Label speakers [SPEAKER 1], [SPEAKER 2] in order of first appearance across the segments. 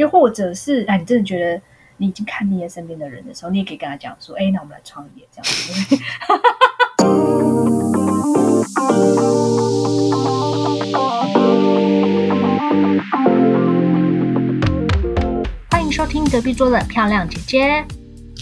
[SPEAKER 1] 又或者是啊，你真的觉得你已经看腻了身边的人的时候，你也可以跟他讲说，哎、那我们来创业这样子。 欢迎收听隔壁桌的漂亮姐姐，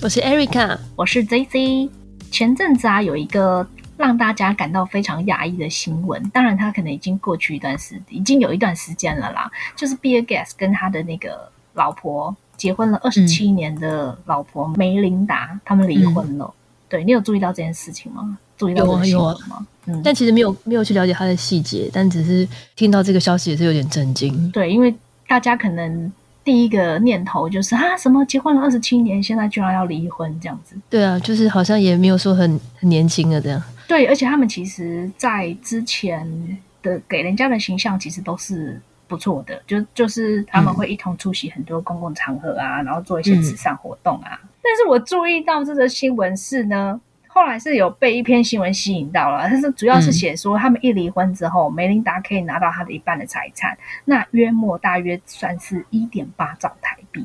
[SPEAKER 2] 我是 Erica，
[SPEAKER 1] 我是 Z Z。前阵子啊，有一个让大家感到非常讶异的新闻，当然它可能已经过去一段时，已经有一段时间了啦。就是 Bill Gates 跟他的那个老婆结婚了二十
[SPEAKER 2] 嗯
[SPEAKER 1] 七年的老婆梅琳达，他们离婚了。对你有注意到这件事情吗？注意到这
[SPEAKER 2] 有啊
[SPEAKER 1] 个新
[SPEAKER 2] 有
[SPEAKER 1] 闻
[SPEAKER 2] 啊
[SPEAKER 1] 吗？嗯，
[SPEAKER 2] 但其实没有没有去了解他的细节，但只是听到这个消息也是有点震惊。
[SPEAKER 1] 对，因为大家可能第一个念头就是啊，什么结婚了二十七年，现在居然要离婚这样子。
[SPEAKER 2] 对啊，就是好像也没有说很很年轻的这样。
[SPEAKER 1] 对，而且他们其实，在之前的给人家的形象其实都是不错的，就就是他们会一同出席很多公共场合啊，然后做一些慈善活动啊。但是我注意到这个新闻是呢，后来是有被一篇新闻吸引到了，但是主要是写说他们一离婚之后，梅琳达可以拿到她的一半的财产，那约莫大约算是一点八兆台币。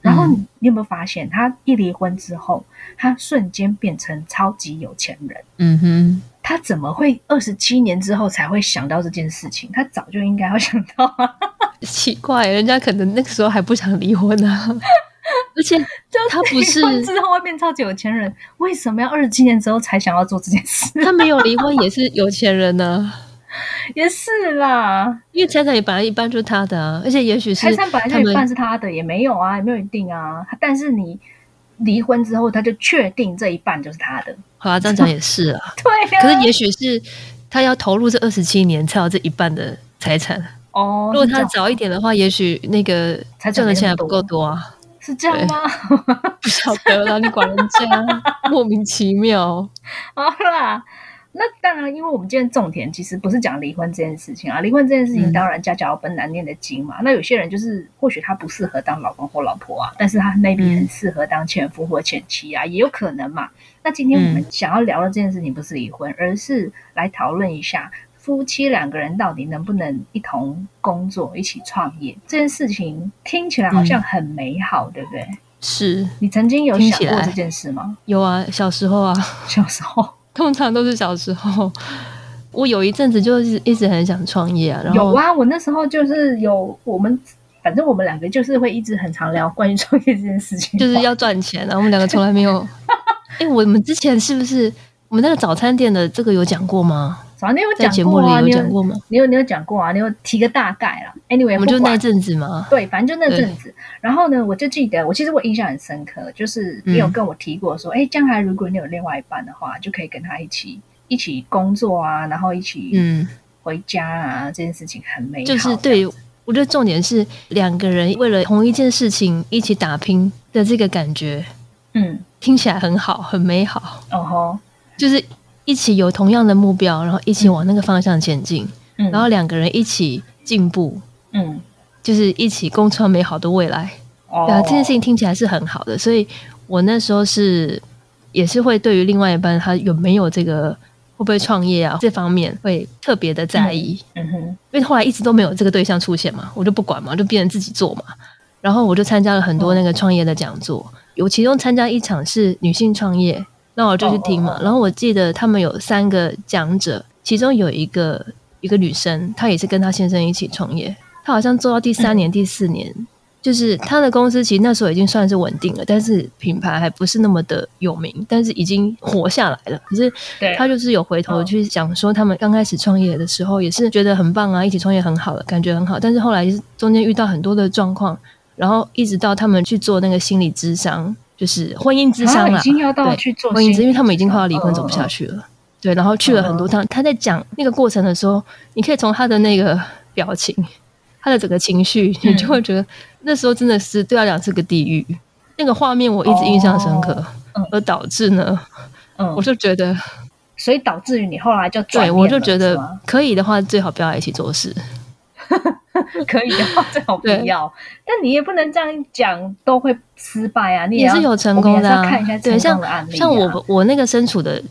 [SPEAKER 1] 然后你你有没有发现，他一离婚之后，他瞬间变成超级有钱人？
[SPEAKER 2] 嗯哼，
[SPEAKER 1] 他怎么会二十七年之后才会想到这件事情？他早就应该要想到啊！
[SPEAKER 2] 奇怪，人家可能那个时候还不想离婚啊。 而且
[SPEAKER 1] 就
[SPEAKER 2] 他 不是
[SPEAKER 1] 离婚之后会变超级有钱人，为什么要二十七年之后才想要做这件事？
[SPEAKER 2] 他没有离婚也是有钱人呢、
[SPEAKER 1] 也是啦，
[SPEAKER 2] 因为财产也本来一半就是他的啊，而且也许是
[SPEAKER 1] 财产本来
[SPEAKER 2] 他
[SPEAKER 1] 就一半
[SPEAKER 2] 们
[SPEAKER 1] 是他的，也没有啊，也没有一定啊。但是你离婚之后，他就确定这一半就是他的。
[SPEAKER 2] 好啊，这样讲也是啊。
[SPEAKER 1] 对啊，
[SPEAKER 2] 可是也许是他要投入这二十七年才有这一半的财产，
[SPEAKER 1] 哦，
[SPEAKER 2] 如果他
[SPEAKER 1] 是这样
[SPEAKER 2] 早一点的话，也许那个
[SPEAKER 1] 财产
[SPEAKER 2] 赚
[SPEAKER 1] 没那
[SPEAKER 2] 的
[SPEAKER 1] 么
[SPEAKER 2] 钱还不够多啊。
[SPEAKER 1] 是这样吗？
[SPEAKER 2] 不晓得啦，你管人家，莫名其妙。
[SPEAKER 1] 好啦，那当然，因为我们今天重点其实不是讲离婚这件事情啊，离婚这件事情
[SPEAKER 2] 嗯
[SPEAKER 1] 当然家家有本难念的经嘛。那有些人就是或许他不适合当老公或老婆啊，但是他 maybe
[SPEAKER 2] 嗯
[SPEAKER 1] 很适合当前夫或前妻啊，也有可能嘛。那今天我们
[SPEAKER 2] 嗯
[SPEAKER 1] 想要聊的这件事情不是离婚，而是来讨论一下。夫妻两个人到底能不能一同工作、一起创业这件事情，听起来好像很美好，对不对？
[SPEAKER 2] 是
[SPEAKER 1] 你曾经有
[SPEAKER 2] 嗯听
[SPEAKER 1] 想
[SPEAKER 2] 起
[SPEAKER 1] 过
[SPEAKER 2] 来
[SPEAKER 1] 这件事吗？
[SPEAKER 2] 有啊，小时候啊，
[SPEAKER 1] 小时候
[SPEAKER 2] 通常都是小时候。我有一阵子就是一直很想创业啊，然后
[SPEAKER 1] 有啊，我那时候就是有我们，反正我们两个就是会一直很常聊关于创业这件事情，
[SPEAKER 2] 就是要赚钱啊，我们两个从来没有。哎、我们之前是不是我们那个早餐店的这个有讲过吗？
[SPEAKER 1] 反正你有
[SPEAKER 2] 在
[SPEAKER 1] 讲
[SPEAKER 2] 节目
[SPEAKER 1] 过
[SPEAKER 2] 里
[SPEAKER 1] 啊，
[SPEAKER 2] 有
[SPEAKER 1] 你
[SPEAKER 2] 讲过吗？
[SPEAKER 1] 你有你有讲过啊，你有提个大概啦。Anyway，
[SPEAKER 2] 我们就
[SPEAKER 1] 不管
[SPEAKER 2] 那一阵子嘛。
[SPEAKER 1] 对，反正就那阵子。然后呢，我就记得，我其实我印象很深刻，就是你
[SPEAKER 2] 嗯
[SPEAKER 1] 有跟我提过说，哎、将来如果你有另外一半的话，就可以跟他一起一起工作啊，然后一起
[SPEAKER 2] 嗯，
[SPEAKER 1] 回家啊，这件事情很美好。
[SPEAKER 2] 就是对，我觉得重点是两个人为了同一件事情一起打拼的这个感觉，
[SPEAKER 1] 嗯，
[SPEAKER 2] 听起来很好，很美好。
[SPEAKER 1] 哦吼，
[SPEAKER 2] 就是一起有同样的目标，然后一起往那个方向前进，
[SPEAKER 1] 嗯，
[SPEAKER 2] 然后两个人一起进步，
[SPEAKER 1] 嗯，
[SPEAKER 2] 就是一起共创美好的未来。
[SPEAKER 1] 哦，
[SPEAKER 2] 对啊，这件事情听起来是很好的，所以我那时候是也是会对于另外一半他有没有这个会不会创业啊这方面会特别的在意，
[SPEAKER 1] 嗯哼，
[SPEAKER 2] 因为后来一直都没有这个对象出现嘛，我就不管嘛，就变成自己做嘛。然后我就参加了很多那个创业的讲座，有其中参加一场是女性创业，那我就去听嘛。
[SPEAKER 1] 哦哦哦
[SPEAKER 2] 然后我记得他们有三个讲者，其中有一个一个女生，她也是跟她先生一起创业，她好像做到第三年、第四年，就是她的公司其实那时候已经算是稳定了，但是品牌还不是那么的有名，但是已经活下来了。可是
[SPEAKER 1] 对，嗯
[SPEAKER 2] 他就是有回头去讲说，他们刚开始创业的时候也是觉得很棒啊，一起创业很好的感觉很好，但是后来中间遇到很多的状况，然后一直到他们去做那个心理智商，就是婚姻智商
[SPEAKER 1] 啊
[SPEAKER 2] 啦
[SPEAKER 1] 已，经要到
[SPEAKER 2] 对
[SPEAKER 1] 去做
[SPEAKER 2] 婚
[SPEAKER 1] 心
[SPEAKER 2] 姻
[SPEAKER 1] 理
[SPEAKER 2] 智，因为他们已经快要离婚，
[SPEAKER 1] 嗯
[SPEAKER 2] 走不下去了。对，然后去了很多
[SPEAKER 1] 哦
[SPEAKER 2] 趟，他在讲那个过程的时候，你可以从他的那个表情，他的整个情绪，
[SPEAKER 1] 嗯
[SPEAKER 2] 你就会觉得那时候真的是对他俩是个地狱。那个画面我一直印象深刻
[SPEAKER 1] 哦，嗯
[SPEAKER 2] 而导致呢，
[SPEAKER 1] 嗯，
[SPEAKER 2] 我就觉得。
[SPEAKER 1] 所以导致于你后来就转
[SPEAKER 2] 对，
[SPEAKER 1] 念
[SPEAKER 2] 我就觉
[SPEAKER 1] 了是
[SPEAKER 2] 得
[SPEAKER 1] 吗
[SPEAKER 2] 可以的话，最好不要一起做事。
[SPEAKER 1] 可以的话最好不
[SPEAKER 2] 对
[SPEAKER 1] 要，但你也不能这样讲，都会失败啊。你
[SPEAKER 2] 也
[SPEAKER 1] 要
[SPEAKER 2] 是有成功的、
[SPEAKER 1] 我们
[SPEAKER 2] 啊
[SPEAKER 1] 也是要看一下，
[SPEAKER 2] 对，
[SPEAKER 1] 成
[SPEAKER 2] 像
[SPEAKER 1] 功的案例、啊
[SPEAKER 2] 像我我那个身处的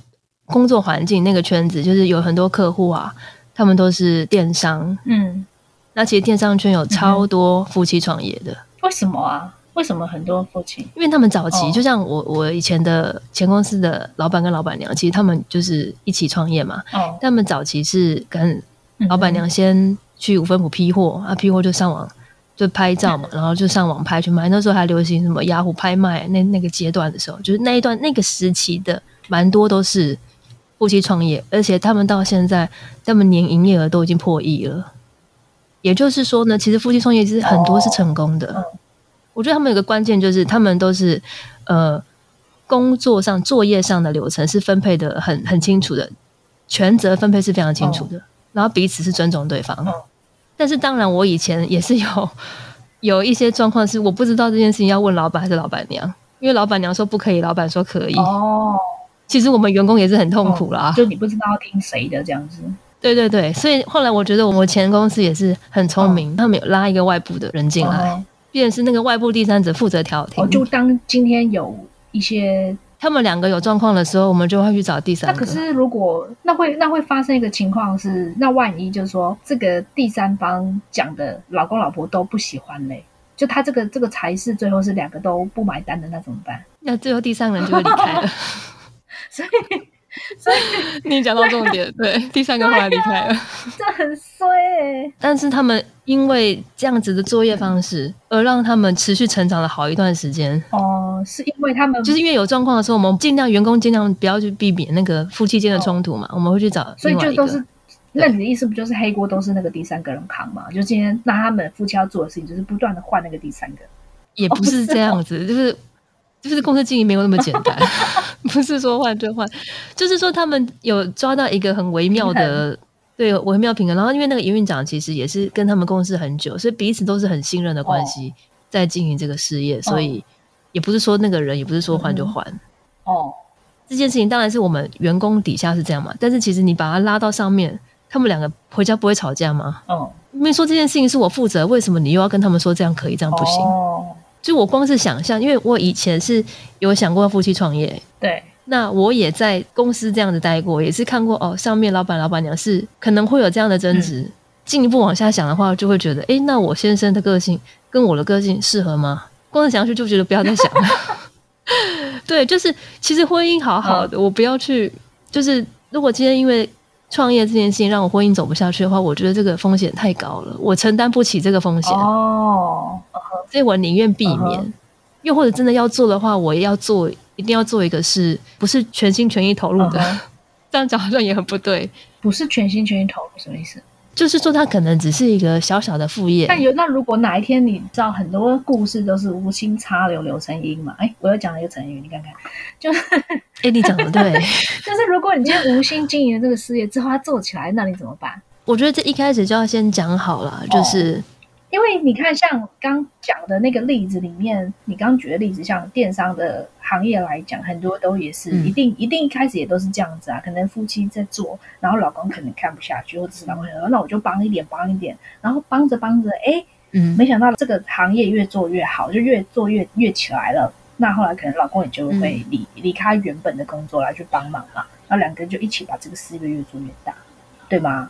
[SPEAKER 2] 工作环境那个圈子，就是有很多客户啊，他们都是电商。
[SPEAKER 1] 嗯
[SPEAKER 2] 那其实电商圈有超多夫妻创业的，
[SPEAKER 1] 为什么啊？为什么很多父亲？
[SPEAKER 2] 因为他们早期、
[SPEAKER 1] 哦
[SPEAKER 2] 就像我我以前的前公司的老板跟老板娘，其实他们就是一起创业嘛。
[SPEAKER 1] 哦，
[SPEAKER 2] 他们早期是跟
[SPEAKER 1] 嗯
[SPEAKER 2] 老板娘先去五分埔批货，啊，批货就上网就拍照
[SPEAKER 1] 嗯
[SPEAKER 2] 嘛，然后就上网拍去卖。那时候还流行什么雅虎拍卖那那个阶段的时候，就是那一段那个时期的蛮多都是夫妻创业，而且他们到现在他们年营业额都已经破亿了。也就是说呢，其实夫妻创业其实很多是成功的。
[SPEAKER 1] 嗯
[SPEAKER 2] 我觉得他们有个关键就是他们都是呃工作上作业上的流程是分配的很很清楚的，权责分配是非常清楚的，
[SPEAKER 1] 哦
[SPEAKER 2] 然后彼此是尊重对方。
[SPEAKER 1] 嗯
[SPEAKER 2] 但是当然，我以前也是有有一些状况是我不知道这件事情要问老板还是老板娘，因为老板娘说不可以，老板说可以。
[SPEAKER 1] 哦，
[SPEAKER 2] 其实我们员工也是很痛苦啦。
[SPEAKER 1] 就你不知道要听谁的这样子。
[SPEAKER 2] 对对对，所以后来我觉得我们前公司也是很聪明，他们有拉一个外部的人进来，
[SPEAKER 1] 哦，
[SPEAKER 2] 变成是那个外部第三者负责调停。
[SPEAKER 1] 哦就当今天有一些，
[SPEAKER 2] 他们两个有状况的时候，我们就会去找第三
[SPEAKER 1] 那
[SPEAKER 2] 个。
[SPEAKER 1] 可是如果那会那会发生一个情况是，那万一就是说这个第三方讲的老公老婆都不喜欢嘞，就他这个这个才是最后是两个都不买单的，那怎么办？
[SPEAKER 2] 那最后第三个人就会离开了。
[SPEAKER 1] 所以所以
[SPEAKER 2] 你讲到重点，对，第三个后来离开了。
[SPEAKER 1] 这很衰哎、
[SPEAKER 2] 但是他们因为这样子的作业方式，而让他们持续成长了好一段时间。
[SPEAKER 1] 哦，是因为他们
[SPEAKER 2] 就是因为有状况的时候，我们尽量员工尽量不要去避免那个夫妻间的冲突嘛，我们会去找
[SPEAKER 1] 所以
[SPEAKER 2] 另外
[SPEAKER 1] 就
[SPEAKER 2] 一
[SPEAKER 1] 都
[SPEAKER 2] 个
[SPEAKER 1] 是。那你的意思不就是黑锅都是那个第三个人扛嘛？就今天那他们夫妻要做的事情，就是不断的换那个第三个。
[SPEAKER 2] 也不是这样子，就是就是公司经营没有那么简单， 不是说换就换，就是说他们有抓到一个很微妙的。对，微妙平衡。然后因为那个营运长其实也是跟他们共事很久，所以彼此都是很信任的关系，在经营这个事业，所以也不是说那个人，也不是说换就换。
[SPEAKER 1] 哦，
[SPEAKER 2] 这件事情当然是我们员工底下是这样嘛，但是其实你把他拉到上面，他们两个回家不会吵架吗？
[SPEAKER 1] 嗯，
[SPEAKER 2] 因为说这件事情是我负责，为什么你又要跟他们说这样可以，这样不行？
[SPEAKER 1] 哦，
[SPEAKER 2] 就我光是想象，因为我以前是有想过夫妻创业，
[SPEAKER 1] 对，
[SPEAKER 2] 那我也在公司这样子待过，也是看过哦，上面老板老板娘是可能会有这样的争执。进一步往下想的话，就会觉得，诶，那我先生的个性跟我的个性适合吗？光是想下去就觉得不要再想了。对，就是其实婚姻好好的，我不要去，就是如果今天因为创业这件事情让我婚姻走不下去的话，我觉得这个风险太高了，我承担不起这个风险。
[SPEAKER 1] 哦，
[SPEAKER 2] 所以我宁愿避免。
[SPEAKER 1] 嗯
[SPEAKER 2] 又或者真的要做的话，我也要做，一定要做一个是不是全心全意投入的？
[SPEAKER 1] 嗯
[SPEAKER 2] 这样讲好像也很不对。
[SPEAKER 1] 不是全心全意投入什么意思？
[SPEAKER 2] 就是说，它可能只是一个小小的副业，
[SPEAKER 1] 但有那如果哪一天你知道很多故事都是无心插柳柳成荫嘛？哎，我又讲了一个成语，你看看，
[SPEAKER 2] 哎，你讲的对。
[SPEAKER 1] 就是如果你今天无心经营这个事业之后，它做起来，那你怎么办？
[SPEAKER 2] 我觉得这一开始就要先讲好了，就是、
[SPEAKER 1] 因为你看，像刚讲的那个例子里面，你刚举的例子，像电商的行业来讲，很多都也是、
[SPEAKER 2] 嗯
[SPEAKER 1] 一定一定一开始也都是这样子啊。可能夫妻在做，然后老公可能看不下去，或者是老公想说，那我就帮一点，帮一点，然后帮着帮着，哎，
[SPEAKER 2] 嗯，
[SPEAKER 1] 没想到这个行业越做越好，就越做越越起来了。那后来可能老公也就会
[SPEAKER 2] 嗯
[SPEAKER 1] 离、离开原本的工作来去帮忙嘛，然后两个人就一起把这个事业越做越大，对吗？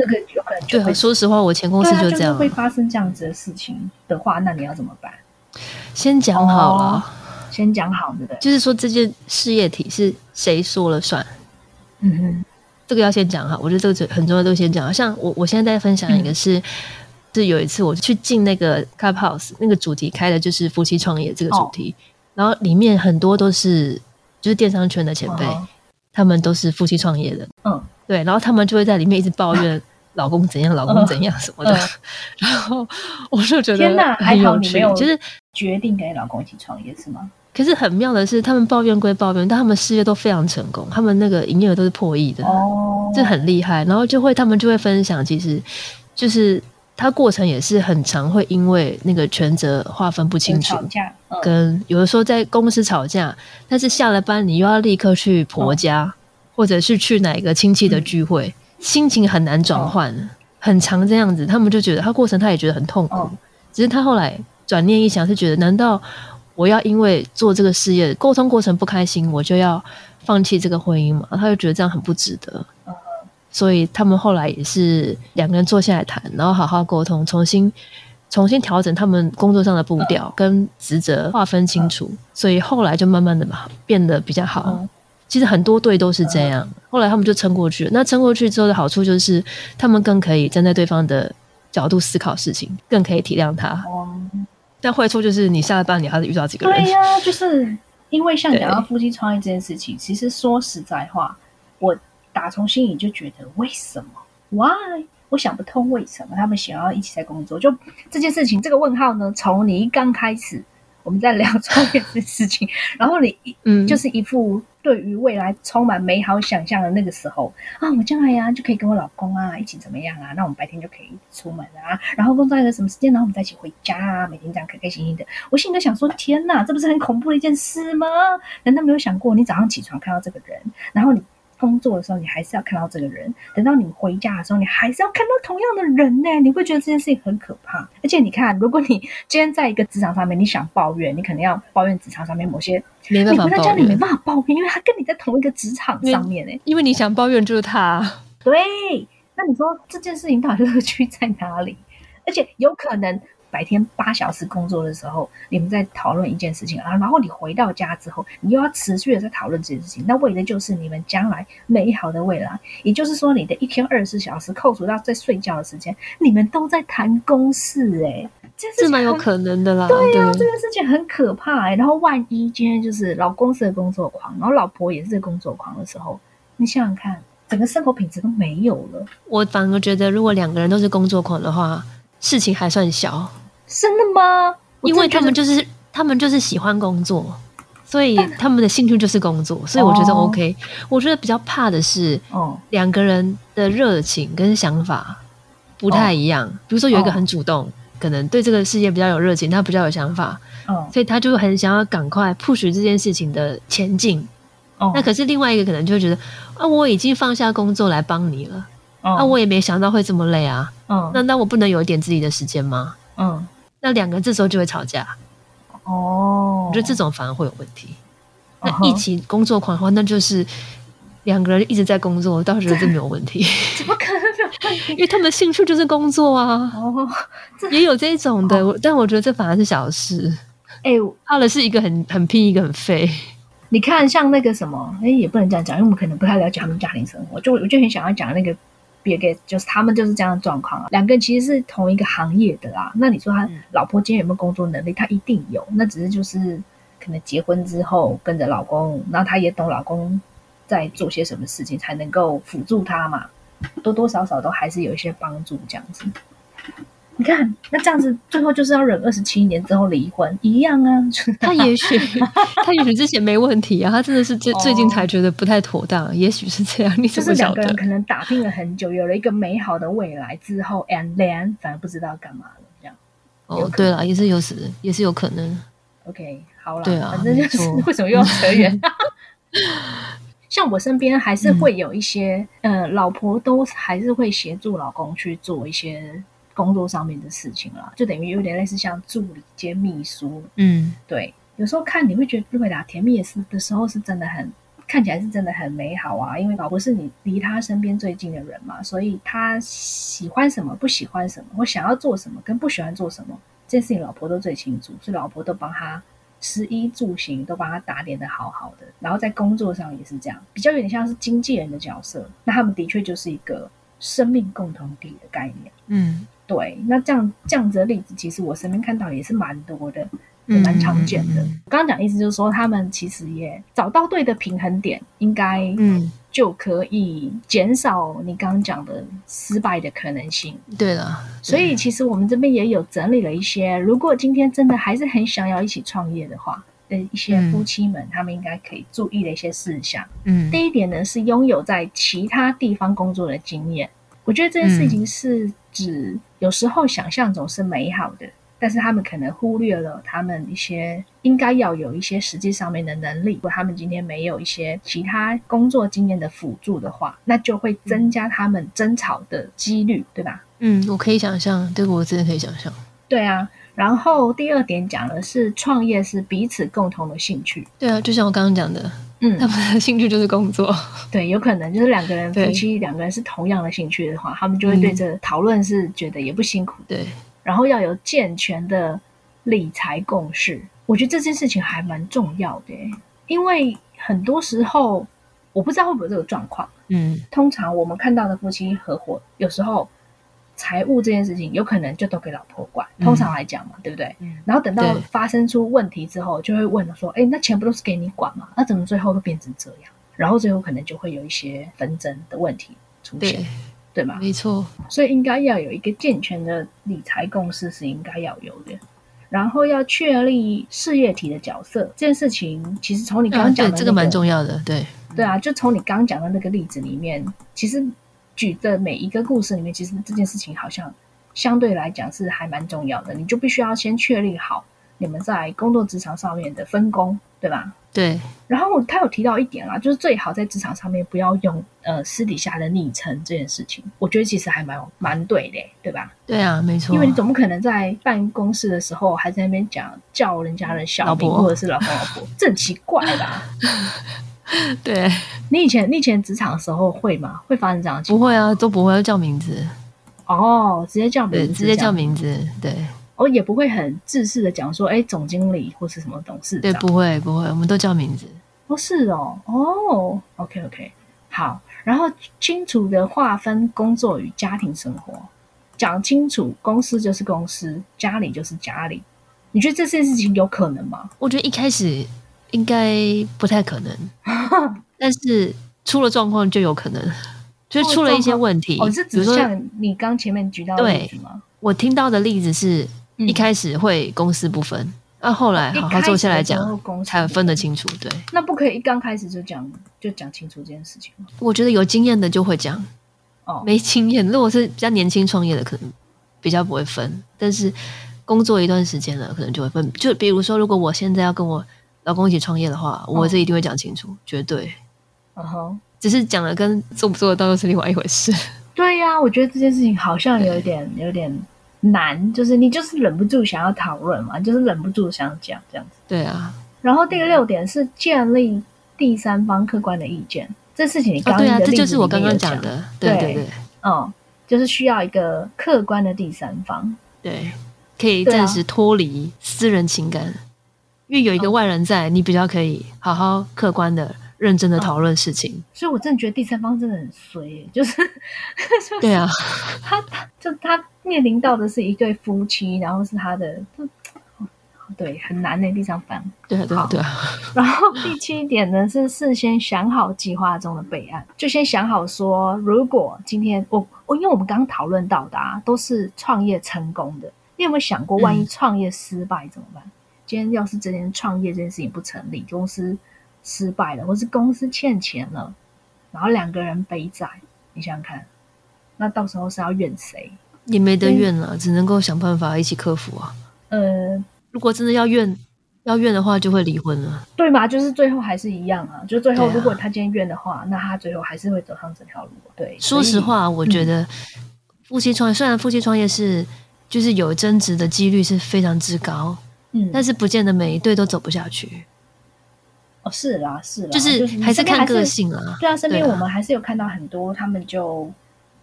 [SPEAKER 1] 那个有可能就
[SPEAKER 2] 对啊。
[SPEAKER 1] 会
[SPEAKER 2] 说实话，我前公司
[SPEAKER 1] 对啊，
[SPEAKER 2] 就是这样，
[SPEAKER 1] 会发生这样子的事情的话，那你要怎么办？
[SPEAKER 2] 先讲好了，
[SPEAKER 1] 哦先讲好，对不对？
[SPEAKER 2] 就是说这件事业体是谁说了算。
[SPEAKER 1] 嗯哼，
[SPEAKER 2] 这个要先讲哈，我觉得这个最很重要，都先讲好。啊像我我现在在分享
[SPEAKER 1] 嗯
[SPEAKER 2] 一个是，是有一次我去进那个 Clubhouse，那个主题开的就是夫妻创业这个
[SPEAKER 1] 哦
[SPEAKER 2] 主题，然后里面很多都是就是电商圈的前辈，
[SPEAKER 1] 哦
[SPEAKER 2] 他们都是夫妻创业的，
[SPEAKER 1] 嗯，
[SPEAKER 2] 对，然后他们就会在里面一直抱怨老公怎样，老公怎样什么的，
[SPEAKER 1] 嗯
[SPEAKER 2] 然后我就觉得
[SPEAKER 1] 天哪还
[SPEAKER 2] 很
[SPEAKER 1] 好
[SPEAKER 2] 有
[SPEAKER 1] 你
[SPEAKER 2] 趣
[SPEAKER 1] 没有
[SPEAKER 2] 就是
[SPEAKER 1] 决定跟你老公一起创业是吗？
[SPEAKER 2] 可是很妙的是，他们抱怨归抱怨，但他们事业都非常成功，他们那个营业额都是破亿的，
[SPEAKER 1] 哦，
[SPEAKER 2] 这很厉害。然后就会他们就会分享，其实就是他过程也是很常会因为那个权责划分不清
[SPEAKER 1] 有
[SPEAKER 2] 楚
[SPEAKER 1] 吵，架，嗯，
[SPEAKER 2] 跟有的时候在公司吵架，但是下了班你又要立刻去婆
[SPEAKER 1] 嗯
[SPEAKER 2] 家，或者是去哪个亲戚的聚会，心情很难
[SPEAKER 1] 嗯
[SPEAKER 2] 转换，很常这样子。他们就觉得他过程他也觉得很痛苦，
[SPEAKER 1] 哦
[SPEAKER 2] 只是他后来转念一想，是觉得难道我要因为做这个事业沟通过程不开心，我就要放弃这个婚姻嘛？他就觉得这样很不值得。所以他们后来也是两个人坐下来谈，然后好好沟通，重新重新调整他们工作上的步
[SPEAKER 1] 嗯
[SPEAKER 2] 调跟职责划分清楚，所以后来就慢慢的嘛变得比较好
[SPEAKER 1] 嗯。
[SPEAKER 2] 其实很多队都是这样，后来他们就撑过去了。那撑过去之后的好处就是，他们更可以站在对方的角度思考事情，更可以体谅他。
[SPEAKER 1] 哦，
[SPEAKER 2] 但坏处就是，你下了班你还是遇到几个人
[SPEAKER 1] 对，呀、就是因为像
[SPEAKER 2] 对
[SPEAKER 1] 讲到夫妻创业这件事情，其实说实在话，我打从心里就觉得为什么？Why？我想不通为什么他们想要一起在工作。就这件事情，这个问号呢，从你一刚开始我们在聊创业这件事情，然后你一
[SPEAKER 2] 嗯，
[SPEAKER 1] 就是一副对于未来充满美好想象的那个时候啊，我将来呀、就可以跟我老公啊一起怎么样啊？那我们白天就可以出门啊，然后工作到一个什么时间，然后我们再一起回家啊，每天这样开开心心的。我心里就想说：天哪，这不是很恐怖的一件事吗？难道没有想过，你早上起床看到这个人，然后你工作的时候你还是要看到这个人，等到你回家的时候你还是要看到同样的人呢、你会觉得这件事情很可怕。而且你看，如果你今天在一个职场上面，你想抱怨，你可能要抱怨职场上面某些，
[SPEAKER 2] 没办
[SPEAKER 1] 你
[SPEAKER 2] 法
[SPEAKER 1] 回到家
[SPEAKER 2] 抱
[SPEAKER 1] 里没
[SPEAKER 2] 怨，
[SPEAKER 1] 办法抱怨，因为他跟你在同一个职场上面呢、
[SPEAKER 2] 因为你想抱怨就是他。
[SPEAKER 1] 对，那你说这件事情到底乐趣在哪里？而且有可能白天八小时工作的时候，你们在讨论一件事情啊，然后你回到家之后，你又要持续的在讨论这件事情，那为的就是你们将来美好的未来。也就是说，你的一天二十四小时扣除到在睡觉的时间，你们都在谈公事、欸，哎，这件事
[SPEAKER 2] 是
[SPEAKER 1] 情
[SPEAKER 2] 蛮有
[SPEAKER 1] 很
[SPEAKER 2] 可能的啦。
[SPEAKER 1] 对呀、这
[SPEAKER 2] 对
[SPEAKER 1] 个事情很可怕、欸。然后万一今天就是老公是个工作狂，然后老婆也是个工作狂的时候，你想想看，整个生活品质都没有了，
[SPEAKER 2] 我反而觉得，如果两个人都是工作狂的话，事情还算小，
[SPEAKER 1] 真的吗？我
[SPEAKER 2] 因为他们
[SPEAKER 1] 真的
[SPEAKER 2] 就是他们就是喜欢工作，所以他们的兴趣就是工作，所以我觉得
[SPEAKER 1] 哦
[SPEAKER 2] OK。我觉得比较怕的是
[SPEAKER 1] 觉得哦，
[SPEAKER 2] 两个人的热情跟想法不
[SPEAKER 1] 哦
[SPEAKER 2] 太一样。比如说有一个很主动，可能对这个事业比较有热情，他比较有想法，
[SPEAKER 1] 哦，
[SPEAKER 2] 所以他就很想要赶快 push 这件事情的前进。
[SPEAKER 1] 哦，
[SPEAKER 2] 那可是另外一个可能就会觉得啊，我已经放下工作来帮你了，啊，
[SPEAKER 1] 哦，
[SPEAKER 2] 我也没想到会这么累啊。
[SPEAKER 1] 嗯，
[SPEAKER 2] 那那我不能有一点自己的时间吗？
[SPEAKER 1] 嗯，
[SPEAKER 2] 那两个人这时候就会吵架，
[SPEAKER 1] 哦，
[SPEAKER 2] 我觉得这种反而会有问题。
[SPEAKER 1] 嗯
[SPEAKER 2] 那
[SPEAKER 1] 哼
[SPEAKER 2] 一起工作狂的话，那就是两个人一直在工作，我倒是觉得这没有问题，
[SPEAKER 1] 怎么可能没有问题？
[SPEAKER 2] 因为他们的兴趣就是工作啊，
[SPEAKER 1] 哦，
[SPEAKER 2] 也有这种的。我但我觉得这反而是小事，
[SPEAKER 1] 哎、
[SPEAKER 2] 怕的是一个很很拼，一个很 废。
[SPEAKER 1] 你看像那个什么，哎、也不能这样讲，因为我们可能不太了解他们家庭生活。就我就很想要讲那个 Bill Gates，就是他们就是这样的状况啊。两个人其实是同一个行业的啦。那你说他
[SPEAKER 2] 嗯
[SPEAKER 1] 老婆今天有没有工作能力？他一定有，那只是就是可能结婚之后跟着老公，然后他也懂老公在做些什么事情，才能够辅助他嘛。多多少少都还是有一些帮助这样子。你看，那这样子最后就是要忍二十七年之后离婚，一样啊。就是
[SPEAKER 2] 他 也许他也许之前没问题啊，他真的是最
[SPEAKER 1] 哦
[SPEAKER 2] 最近才觉得不太妥当，也许是这样，你
[SPEAKER 1] 就
[SPEAKER 2] 怎
[SPEAKER 1] 是两
[SPEAKER 2] 么晓
[SPEAKER 1] 个
[SPEAKER 2] 得
[SPEAKER 1] 人？可能打拼了很久，有了一个美好的未来之后，and then 反而不知道干嘛了，这样。
[SPEAKER 2] 哦，对了，也是有时也是有可能。
[SPEAKER 1] OK，好啦，
[SPEAKER 2] 对啊
[SPEAKER 1] 反正就是
[SPEAKER 2] 没错
[SPEAKER 1] 为什么又要扯远？ 像我身边还是
[SPEAKER 2] 嗯
[SPEAKER 1] 会有一些、呃，老婆都还是会协助老公去做一些工作上面的事情啦，就等于有点类似像助理兼秘书，
[SPEAKER 2] 嗯，
[SPEAKER 1] 对，有时候看你会觉得瑞达甜蜜的是的时候是真的很看起来是真的很美好啊，因为老婆是你离他身边最近的人嘛，所以他喜欢什么不喜欢什么，或想要做什么跟不喜欢做什么，这件事情老婆都最清楚，所以老婆都帮他。食衣住行都帮他打点的好好的，然后在工作上也是这样，比较有点像是经纪人的角色。那他们的确就是一个生命共同体的概念。
[SPEAKER 2] 嗯
[SPEAKER 1] 对，那这样这样子的例子，其实我身边看到也是蛮多的，也蛮常见的。
[SPEAKER 2] 嗯
[SPEAKER 1] 我刚刚讲的意思就是说，他们其实也找到对的平衡点，应该
[SPEAKER 2] 嗯，
[SPEAKER 1] 就可以减少你刚刚讲的失败的可能性。
[SPEAKER 2] 嗯对了，
[SPEAKER 1] 所以其实我们这边也有整理了一些，如果今天真的还是很想要一起创业的话。的一些
[SPEAKER 2] 嗯
[SPEAKER 1] 夫妻们，他们应该可以注意的一些事项。
[SPEAKER 2] 嗯
[SPEAKER 1] 第一点呢，是拥有在其他地方工作的经验。我觉得这件事情是指有时候想象总是美好的，但是他们可能忽略了他们一些应该要有一些实际上面的能力。如果他们今天没有一些其他工作经验的辅助的话，那就会增加他们争吵的几率，对吧？
[SPEAKER 2] 嗯，我可以想象，这个我真的可以想象。
[SPEAKER 1] 对啊。然后第二点讲的是创业是彼此共同的兴趣。
[SPEAKER 2] 对啊，就像我刚刚讲的，
[SPEAKER 1] 嗯
[SPEAKER 2] 他，们的兴趣就是工作。
[SPEAKER 1] 对，有可能就是两个人夫
[SPEAKER 2] 对
[SPEAKER 1] 妻，两个人是同样的兴趣的话，他们就会对这讨论是觉得也不辛苦。
[SPEAKER 2] 对，
[SPEAKER 1] 然后要有健全的理财共识。我觉得这件事情还蛮重要的欸，因为很多时候我不知道会不会有这个状况。
[SPEAKER 3] 嗯
[SPEAKER 1] 通常我们看到的夫妻合伙，有时候财务这件事情有可能就都给老婆管，
[SPEAKER 3] 嗯
[SPEAKER 1] 通常来讲嘛，对不对？
[SPEAKER 3] 嗯
[SPEAKER 1] 然后等到
[SPEAKER 2] 对
[SPEAKER 1] 发生出问题之后，就会问说：“哎，那钱不都是给你管吗？啊那怎么最后会变成这样？”然后最后可能就会有一些纷争的问题出现
[SPEAKER 2] 对，，嗯
[SPEAKER 1] 对吗？
[SPEAKER 2] 没错，
[SPEAKER 1] 所以应该要有一个健全的理财共识是应该要有的。然后要确立事业体的角色这件事情，其实从你刚
[SPEAKER 2] 啊，
[SPEAKER 1] 刚讲
[SPEAKER 2] 对
[SPEAKER 1] 的、，那
[SPEAKER 2] 这个蛮重要的，对，
[SPEAKER 1] 对啊，就从你刚刚讲的那个例子里面，其实举的每一个故事里面，其实这件事情好像相对来讲是还蛮重要的。你就必须要先确立好你们在工作职场上面的分工，对吧？
[SPEAKER 2] 对，
[SPEAKER 1] 然后他有提到一点啊，就是最好在职场上面不要用呃私底下的昵称这件事情，我觉得其实还蛮蛮对的，对吧？
[SPEAKER 2] 对啊，没错，
[SPEAKER 1] 因为你总不可能在办公室的时候还在那边讲叫人家的小
[SPEAKER 2] 老
[SPEAKER 1] 名
[SPEAKER 2] 婆
[SPEAKER 1] 或者是老公老婆，这很奇怪 吧？
[SPEAKER 2] 对，
[SPEAKER 1] 你以前你以前职场的时候会吗？会发生这样的情
[SPEAKER 2] 不会啊，都不会要叫名字，
[SPEAKER 1] 况？哦，直接叫名
[SPEAKER 2] 对，
[SPEAKER 1] 字，
[SPEAKER 2] 直接叫，名字，对，
[SPEAKER 1] 哦，也不会很自私的讲说，哎，总经理或是什么董事
[SPEAKER 2] 对，
[SPEAKER 1] 长，
[SPEAKER 2] 不会，不会，我们都叫名字，
[SPEAKER 1] 哦，是哦，哦，OK OK，好，然后清楚的划分工作与家庭生活，讲清楚，公司就是公司，家里就是家里。你觉得这件事情有可能吗？
[SPEAKER 2] 我觉得一开始应该不太 可能，但是出了状况就有可能，就是出了一些问题，
[SPEAKER 1] 哦，是
[SPEAKER 2] 比如
[SPEAKER 1] 指
[SPEAKER 2] 说
[SPEAKER 1] 像你刚前面举到的例子吗？
[SPEAKER 2] 我听到的例子是
[SPEAKER 1] 嗯
[SPEAKER 2] 一开始会公私不分，那、后来好好坐下来
[SPEAKER 1] 一开始的时候
[SPEAKER 2] 讲
[SPEAKER 1] 公司
[SPEAKER 2] 才分得清楚。对，
[SPEAKER 1] 那不可以一刚开始就讲就讲清楚这件事情吗？
[SPEAKER 2] 我觉得有经验的就会讲，
[SPEAKER 1] 哦，
[SPEAKER 2] 没经验如果是比较年轻创业的，可能比较不会分，但是工作一段时间了，可能就会分。就比如说，如果我现在要跟我老公一起创业的话，我这一定会讲清楚，绝对。
[SPEAKER 1] 嗯哼，
[SPEAKER 2] 只是讲了跟做不做得到又是另外一回事。
[SPEAKER 1] 对呀、我觉得这件事情好像有一点有点难，就是你就是忍不住想要讨论嘛，就是忍不住想讲这样子。
[SPEAKER 2] 对啊，
[SPEAKER 1] 然后第六点是建立第三方客观的意见，这事情你
[SPEAKER 2] 啊
[SPEAKER 1] 刚刚、
[SPEAKER 2] 对啊，这就是我刚刚讲，的，对
[SPEAKER 1] 对
[SPEAKER 2] 对对
[SPEAKER 1] 嗯，就是需要一个客观的第三方。
[SPEAKER 2] 对，可以
[SPEAKER 1] 对啊
[SPEAKER 2] 暂时脱离私人情感，因为有一个外人在，你比较可以好好客观的、认真的讨论事情。
[SPEAKER 1] 所以我真的觉得第三方真的很衰、就是就是
[SPEAKER 2] 对啊，
[SPEAKER 1] 他他就他面临到的是一对夫妻，然后是他的，就哦对，很难的、第三方。
[SPEAKER 2] 对啊，对啊
[SPEAKER 1] 好，
[SPEAKER 2] 对啊，
[SPEAKER 1] 然后第七点呢是事先想好计划中的备案，就先想好说，如果今天我我因为我们刚刚讨论到的啊，都是创业成功的，你有没有想过，万一
[SPEAKER 2] 嗯
[SPEAKER 1] 创业失败怎么办？今天要是这件创业这件事情不成立，公司失败了，或是公司欠钱了，然后两个人背债，你想想看，那到时候是要怨谁？
[SPEAKER 2] 也没得怨了，只能够想办法一起克服啊。
[SPEAKER 1] 呃，
[SPEAKER 2] 如果真的要怨，要怨的话，就会离婚了。
[SPEAKER 1] 对嘛，就是最后还是一样啊，就最后
[SPEAKER 2] 对啊
[SPEAKER 1] 如果他今天怨的话，那他最后还是会走上这条路。啊对，
[SPEAKER 2] 说
[SPEAKER 1] 所
[SPEAKER 2] 实
[SPEAKER 1] 以
[SPEAKER 2] 话，我觉得夫妻创业，虽然夫妻创业是就是有争执的几率是非常之高，
[SPEAKER 1] 嗯，
[SPEAKER 2] 但是不见得每一对都走不下去，
[SPEAKER 1] 哦，是啦，是啦，
[SPEAKER 2] 啊就是
[SPEAKER 1] 是
[SPEAKER 2] 还是
[SPEAKER 1] 身边
[SPEAKER 2] 看个。性啦。
[SPEAKER 1] 对啊，身边
[SPEAKER 2] 对啊
[SPEAKER 1] 我们还是有看到很多，他们就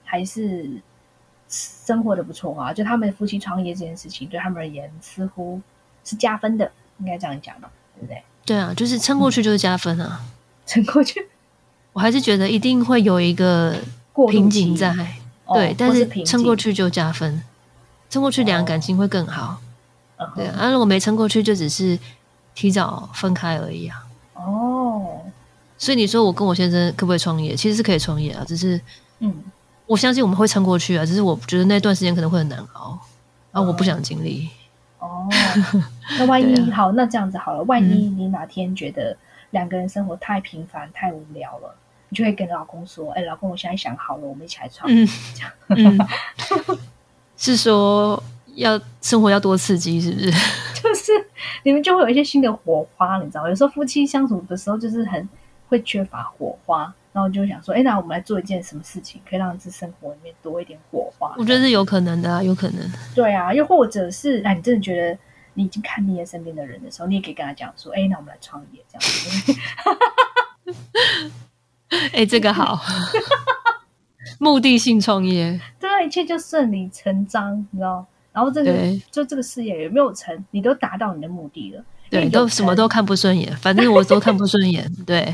[SPEAKER 1] 还是生活的不错啊。就他们夫妻创业这件事情，对他们而言似乎是加分的，应该这样讲吧，对不对？
[SPEAKER 2] 对啊，就是撑过去就是加分啊。
[SPEAKER 1] 撑过去
[SPEAKER 2] 我还是觉得一定会有一个
[SPEAKER 1] 过渡
[SPEAKER 2] 瓶
[SPEAKER 1] 期
[SPEAKER 2] 颈在，
[SPEAKER 1] 哦
[SPEAKER 2] 对，但
[SPEAKER 1] 或是
[SPEAKER 2] 是
[SPEAKER 1] 瓶
[SPEAKER 2] 撑过
[SPEAKER 1] 颈，
[SPEAKER 2] 去就加分，撑过去
[SPEAKER 1] 哦
[SPEAKER 2] 两人感情会更好。
[SPEAKER 1] 嗯哼
[SPEAKER 2] 对啊，啊如果没撑过去，就只是提早分开而已啊。
[SPEAKER 1] 哦，
[SPEAKER 2] 所以你说我跟我先生可不可以创业？其实是可以创业啊，只是
[SPEAKER 1] 嗯，
[SPEAKER 2] 我相信我们会撑过去啊，只是我觉得那段时间可能会很难熬啊，
[SPEAKER 1] 哦
[SPEAKER 2] 我不想经历。
[SPEAKER 1] 哦，那万一
[SPEAKER 2] 对啊嗯
[SPEAKER 1] 好，那这样子好了，万一你哪天觉得两个人生活太平凡、太无聊了，你就会跟老公说：“哎，老公，我现在想好了，我们一起来创业。
[SPEAKER 2] 嗯嗯， 是说要生活要多刺激，是不是？
[SPEAKER 1] 就是你们就会有一些新的火花，你知道吗？有时候夫妻相处的时候，就是很会缺乏火花，然后就想说，哎，那我们来做一件什么事情，可以让这生活里面多一点火花？
[SPEAKER 2] 我觉得是有可能的啊，有可能。
[SPEAKER 1] 对啊，又或者是，哎，你真的觉得你已经看腻了身边的人的时候，你也可以跟他讲说，哎，那我们来创业这样子。
[SPEAKER 2] 哎、这个好，目的性创业。
[SPEAKER 1] 对啊，一切就顺理成章，你知道？然后这个
[SPEAKER 2] 对
[SPEAKER 1] 就这个事业有没有成，你都达到你的目的了。因为
[SPEAKER 2] 对，
[SPEAKER 1] 有
[SPEAKER 2] 都什么
[SPEAKER 1] 成
[SPEAKER 2] 都看不顺眼，反正我都看不顺眼，对。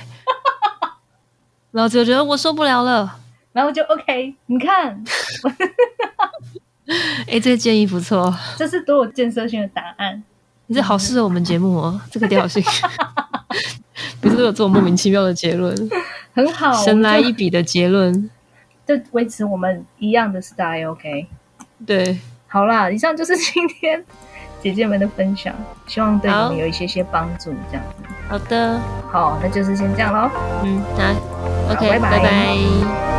[SPEAKER 2] 然后就觉得我受不了了，
[SPEAKER 1] 然后就 OK，你看，
[SPEAKER 2] 哎，这个建议不错，
[SPEAKER 1] 这是多有建设性的答案。
[SPEAKER 2] 你这好适合我们节目哦，这个调性， 不是有这种莫名其妙的结论，
[SPEAKER 1] 很好，我
[SPEAKER 2] 神
[SPEAKER 1] 们
[SPEAKER 2] 来一笔的结论，
[SPEAKER 1] 就就维持我们一样的 style，OK、
[SPEAKER 2] 对，
[SPEAKER 1] 好啦，以上就是今天姐姐们的分享，希望对你
[SPEAKER 2] 好
[SPEAKER 1] 们有一些些帮助。这样子，
[SPEAKER 2] 好的，
[SPEAKER 1] 好，那就是先这样喽。
[SPEAKER 2] 嗯，那 OK，
[SPEAKER 1] 拜拜
[SPEAKER 2] 拜拜